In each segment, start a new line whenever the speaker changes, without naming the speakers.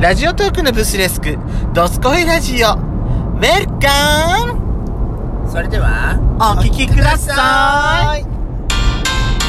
ラジオトークのブスレスク、ドスコイラジオ、ウェルカム
それでは
お聞きください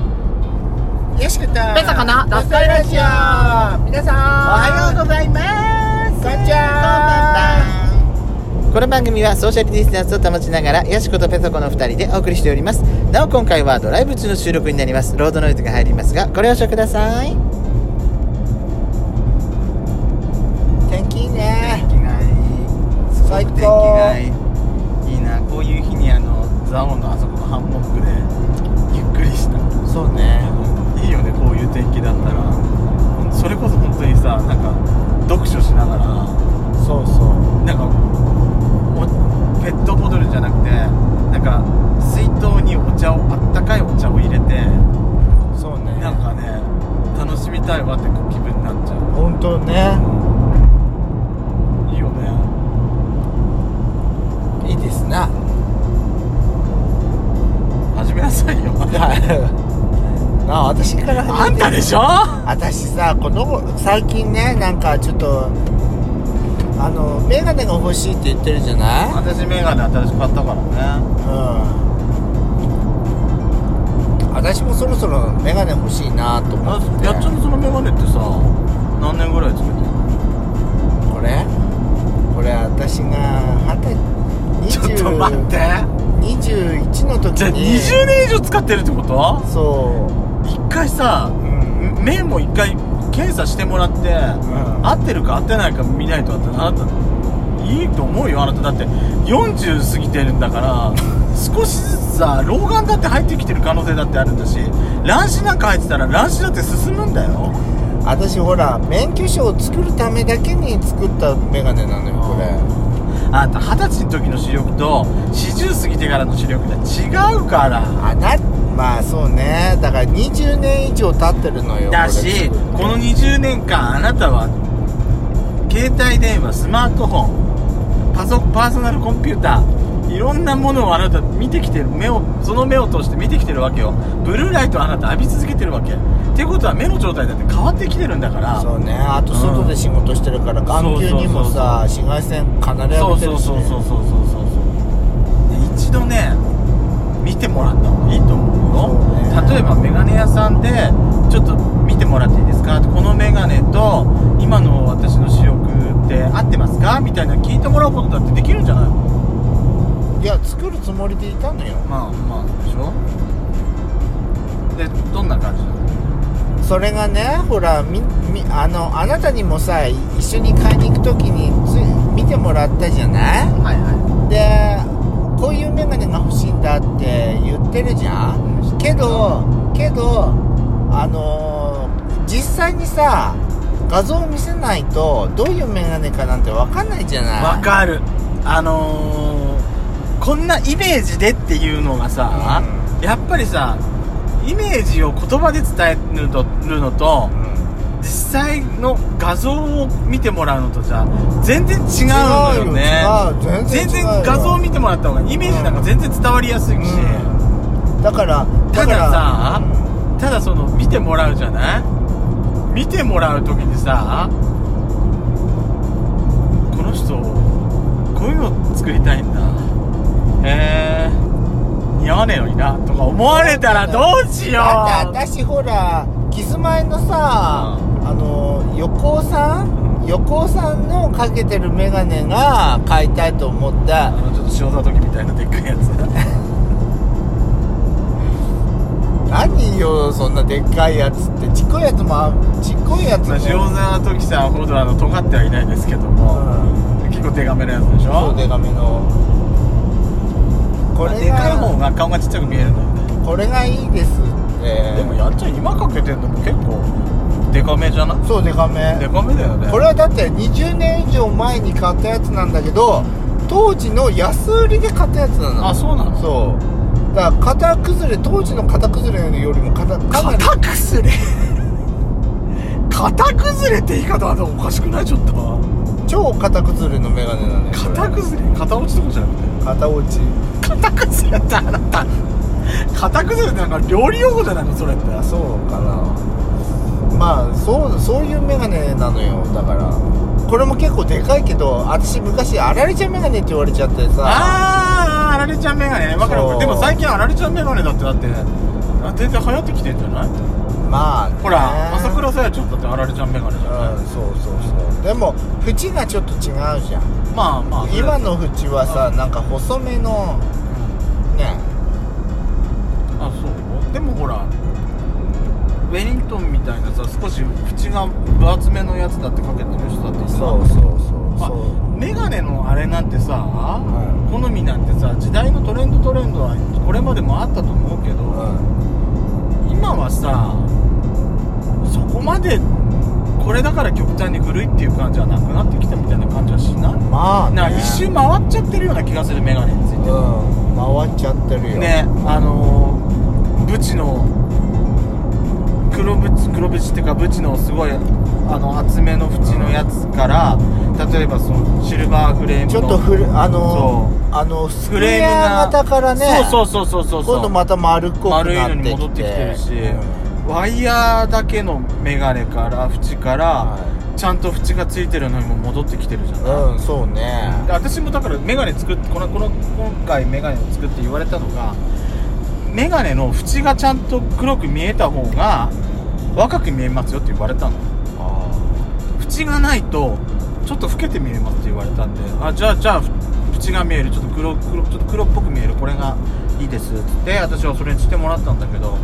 よしこと
ペソコのドスコイラジオ
皆さん
おはようございます
こんにちは
この番組はソーシャルディスタンスを保ちながらヤシコとペソコの2人でお送りしておりますなお今回はドライブ中の収録になりますロードノイズが入りますがご了承ください
天気いい
天
ね
気がいいすごく
最
天
高
気がいいいいなこういう日にあの蔵王のあそこのハンモックでゆっくりした
そうね
いいよねこういう天気だったらそれこそ本当にさなんか読書しながら
そうそ
なんかおペットボトルじゃなくてなんか水筒にお茶をあったかいお茶を入れて
うそうね
なんかね楽しみたいわって気分になっちゃう
本当ね
いいよね
いいですな
始めなさいよ
あ私から
あんたでしょ
私さこの最近ねなんかちょっとあの眼鏡が欲しいって言ってるじゃない
私メガネ新しく買ったからね
うん私もそろそろ眼鏡欲しいなと思
あ
ってて
やっちゃんのそのメガネってさ何年ぐらいつけてるの
これこれ私が二
ち
十
ょっと待って
21の時
じゃあ20
に
年以上使ってるってこと
そ
一回さ
ううん
目も一回検査してもらって、
ん
合ってるか合ってないか見ないとあなたいいと思うよあなただって40過ぎてるん だから少しずつさ老眼だって入ってきてる可能性だってあるんだし乱視なんか入ってたら乱視だって進むんだよ
私ほら免許証を作るためだけに作った眼鏡なのよこれ
あんた二十歳の時の視力と40過ぎてからの視力が違うから
あなまあそうねだから20年以上経ってるのよ
だ
これ
し
作って
この20年間あなたは携帯電話スマートフォンパソパーソナルコンピューターいろんなものをあなた見てきてる目をその目を通して見てきてるわけよブルーライトをあなた浴び続けてるわけっていうことは目の状態だって変わってきてるんだから
そうねあと外で仕事してるから眼球にもさ紫外線かなり
そ
浴
う
びて
そ
る
う
し、
そう
ね、
そうそうそうそうで一度ね見てもらった方がいいと思うよ
そうね
例えばメガネ屋さんでちょっと見てもらっていいですかこのメガネと今の私の視力って合ってますかみたいな聞いてもらうことだってできるんじゃないの
いや作るつもりでいたのよ
まあまあでしょでどんな感じなの
それがねほらみみあのあなたにもさい一緒に買いに行く時につい見てもらったじゃない
はいは
でこういうメガネが欲しいんだって言ってるじゃんけどけどあのー実際にさ画像を見せないとどういうメガネかなんて分かんないじゃない
わかるあのー、こんなイメージでっていうのがさ、やっぱりさイメージを言葉で伝えるとるのと
うんうん
実際の画像を見てもらうのとじゃ全然違うのよね
違うよ違う全然違うよ
全然画像を見てもらった方がイメージなんか全然伝わりやすい
う
し、
んだから
た
だ
ださ
から
ただその見てもらうじゃない見てもらう時にさこの人こういうの作りたいんだへえ似合わねえのになとか思われたらどうしよう
だって私ほらキスマイのさ、あの横尾さん横尾さんのかけてる眼鏡が買いたいと思って
あのちょっと塩沢時みたいなでっかいや つ
何よそんなでっかいやつってちっこいやつもあちっこいやつ
ま
も
あ塩沢時さんほどあの尖ってはいないですけども、
うん
結構デカめのやつでし
そう
ょ
でかめのこ
まあ
れ
でかい方
が
が顔がちっちゃく見えるので、ね
これがいいですって
でもやっちゃん今かけてんのも結構デカめじゃない
そうでかめ
デカめだよね
これはだって20年以上前に買ったやつなんだけど当時の安売りで買ったやつなの
あそうなの
そうだから型崩れ当時の型崩れよりも型かなり
型 崩れ型崩れって言い方はでもおかしくないちょっと
超型崩れのメガネなのよこれ
型崩れ型落ちとかじゃなくて
型落ち
型崩れってあなた型崩れってなんか料理用語じゃないのそれって
あそうかなまあそうそういうメガネなのよだからこれも結構でかいけど私昔あられちゃんメガネって言われちゃってさ
あーあられちゃんメガネわかるわ
そ
かる
う
でも最近あられちゃんメガネだってだって全然流行ってきてんじゃない
まあね、
ほら朝倉さやちゃんだってあられちゃんメガネじゃない、
うんそうそうそうでも縁がちょっと違うじゃん
まあまあ
今の縁はさなんか細めの
うん
ね
あそうでもほらウェリントンみたいなさ少し口が分厚めのやつだってかけてる人だっているな
そうそうそう
あ
そう
メガネのあれなんてさ、
う
好みなんてさ時代のトレンドトレンドはこれまでもあったと思うけど、
うん
今はさそこまでこれだから極端に古いっていう感じはなくなってきたみたいな感じはしない
まあ、ね、
なんか一周回っちゃってるような気がするメガネについて
うん回っちゃってるよ
ねあのーブチの黒ブチ黒ブチっていうかブチのすごいあの厚めの縁のやつから例えばそのシルバーフレームの
ちょっとふるあのあのスク
フレーム
エア
が
型からね
そうそうそうそうそうそう
今度また丸っこくなって
丸いのに戻ってきてるし、ワイヤーだけのメガネから縁から、
は
ちゃんと縁がついてるのにも戻ってきてるじゃない、
うん、うん、そうね
で私もだからメガネ作ってこのこの今回メガネを作って言われたのがメガネの縁がちゃんと黒く見えた方が若く見えますよって言われたの縁がないとちょっと老けて見えますって言われたんであじゃあじゃあ縁が見えるちょっと黒黒ちょっと黒っぽく見えるこれがいいですっつって私はそれにしてもらったんだけど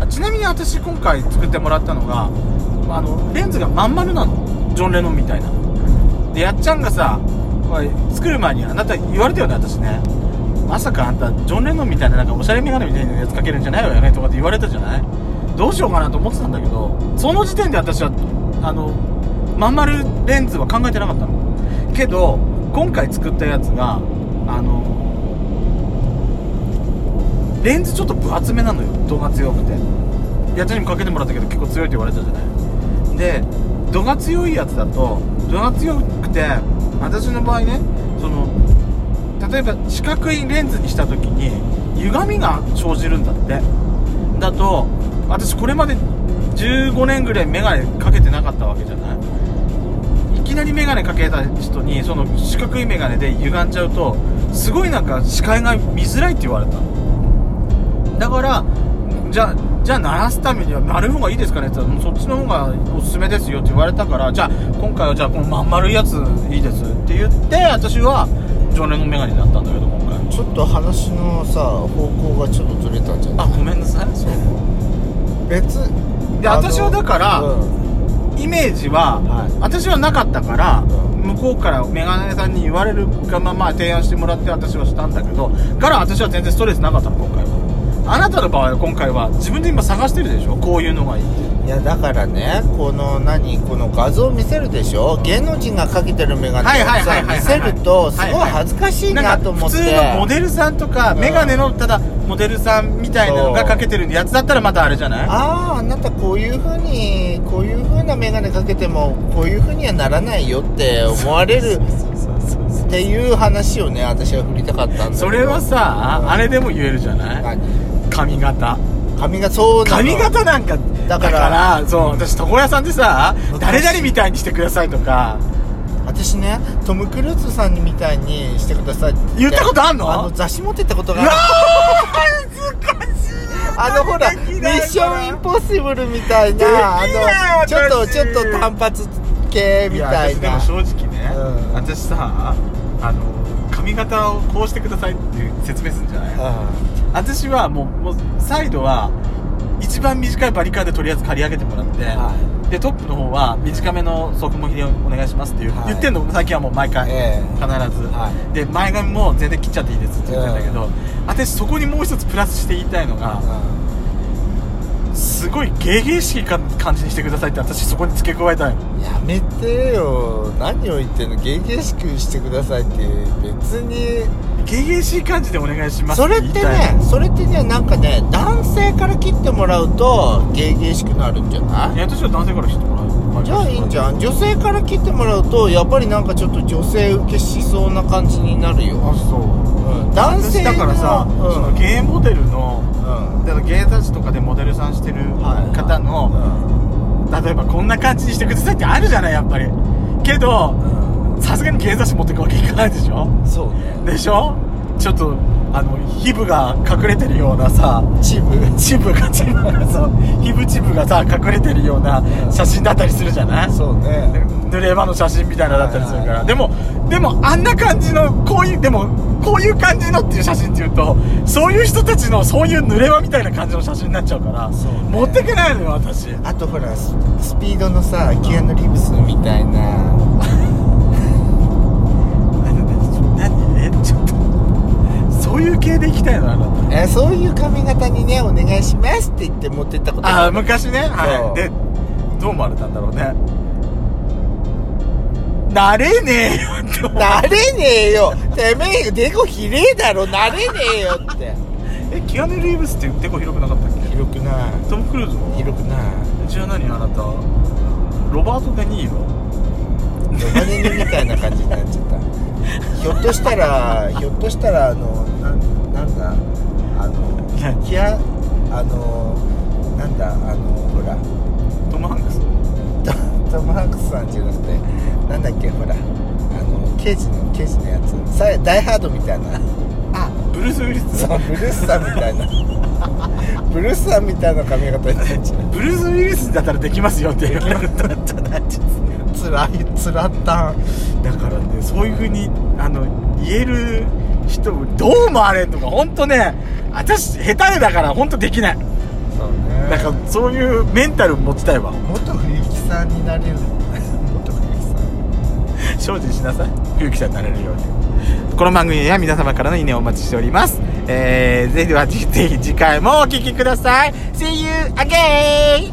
あちなみに私今回作ってもらったのがあのレンズがまん丸なのジョン・レノンみたいなでやっちゃんがさおい作る前にあなた言われたよね私ねまさかあんたジョン・レノンみたいななんかおしゃれメガネみたいなやつかけるんじゃないわよねとかって言われたじゃないどうしようかなと思ってたんだけどその時点で私はあのまん丸レンズは考えてなかったのけど今回作ったやつがあのレンズちょっと分厚めなのよ度が強くてやつにもかけてもらったけど結構強いって言われたじゃないで度が強いやつだと度が強くて私の場合ねその例えば四角いレンズにした時に歪みが生じるんだってだと私これまで15年ぐらいメガネかけてなかったわけじゃないいきなりメガネかけた人にその四角いメガネで歪んじゃうとすごいなんか視界が見づらいって言われただからじゃあじゃあ鳴らすためには鳴る方がいいですかねって言ったらそっちの方がおすすめですよって言われたからじゃあ今回はじゃあこのまん丸いやついいですって言って私は常連のメガネだったんだけど今回
ちょっと話のさ方向がちょっとずれたんじゃな
あ
い
ごめんなさいそう
別
で
あの
私はだから
うん
イメージは、
はい
私はなかったから、
う
向こうからメガネ屋さんに言われるがまま提案してもらって私はしたんだけどから私は全然ストレスなかったの今回はあなたの場合は今回は自分で今探してるでしょこういうのがいいって
いやだからねこの何この画像見せるでしょ芸能人がかけてるメガネを
はいはいはい
さ
はい
見せるとすご
はいいはい
恥ずかしい
な
なん
か
と思
普
って
通のモデルさんとか、
うん
メガネのただモデルさんみたいなのがかけてるやつだったらまたあれじゃない
あああなたこういうふうにこういうふうな眼鏡かけてもこういうふうにはならないよって思われるっていう話をね私は振りたかったんだけど
それはさ、
うん
あれでも言えるじゃない
何
髪型
髪がそうなの
髪型なんか
だ
だ
か
かららそう私床屋さんでさ
昔
誰々みたいにしてくださいとか
私ねトム・クルーズさんみたいにしてくださいって
言ったことあんの
あの雑誌持ってったこと
う
が
わ
ある
ー難しい
あのほら「ミッションインポッシブル」みたいなあ
できない
のちょっと
私
ちょっと単発系みたい
や
な
私でも正直ね、
うん
私さあの髪型をこうしてくださいっていう説明するんじゃない、
う
私はもうもうサイドは一番短いバリカーでとりあえず刈り上げてもらって、
んは
でトップの方は短めの側毛ひれをお願いしますっていう、
はい
言ってんの最近はもう毎回、
ええ
必ず、
は
で前髪も全然切っちゃっていいですって言ってんだけど、私そこにもう一つプラスして言いたいのが
い、うん
すごいゲゲしいか感じにしてくださいって私そこに付け加えたいの
やめてよ何を言ってんのゲゲしくしてくださいって別に
ゲゲしい感じでお願いします
それっ
言い
て
たい
ね
の
それってねなんかね男性から切ってもらうとゲゲしくなるんじゃない
いや私は男性からしてもらう
じゃあいいんじ
ん
ゃん女性から切ってもらうとやっぱりなんかちょっと女性受けしそうな感じになるよ、
あそう
うん、男性
私だからさ、
のうん
そのゲーモデルの
うんうん
だから芸達とかでモデルさんしてる
はい
方の、例えばこんな感じにしてくださいってあるじゃないやっぱりけど
うん
さすがに芸達持ってくわけいかないでしょ
うんそうね
でしょちょっとあの皮膚が隠れてるようなさ
チー ム
チブがチブがさ皮膚チブがさ隠れてるような写真だったりするじゃない
そうね
濡れ場の写真みたいなのだったりするから、
はいはいはい
でもでもあんな感じのこういうでもこういう感じのっていう写真っていうとそういう人たちのそういう濡れ場みたいな感じの写真になっちゃうから
そうね
持ってけないのよ私
あとほらススピードのさキアヌ・リーブスみたいな
何えちょっとそういう系でいきたいのあなた
えーそういう髪型にねお願いしますって言って持ってったこと
ああ
が
昔ね
そう
はいでどう思われたんだろうねなれねえよって思う
なれねえよてめえデコひれえだろなれねえよって
えキアヌ・リーブスってデコ広くなかったっけ
広くない
トム・クルーズも
広くないう
ちは何あなたロバート・デ・ニーロ
呼ばれるみたいな感じになっちゃったひょっとしたらひょっとしたらあのななんだあのキアあのなんだあのほら
トム・ハンクス
トトム・ハンクスさんじゃなくてなんだっけほらあの刑事の刑事のやつさダイハードみたいな
あブルース・ウィリス
そうブルースさんみたいなブルースさんみたいな髪型になっちゃう
ブルース・ウィリスだったらできますよって言われたんじゃないです
つらいつらったん
だからねそういうふうにあの言える人どう思われんのか本当ね私下手だから本当できない
そうね
なんかそういうメンタル持ちたいわ
元冬木さんになれる元冬木さん
精進しなさい冬木さんになれるようにこの番組では皆様からのいいねをお待ちしておりますえー、ぜひではぜひぜひ次回もお聴きください See you again!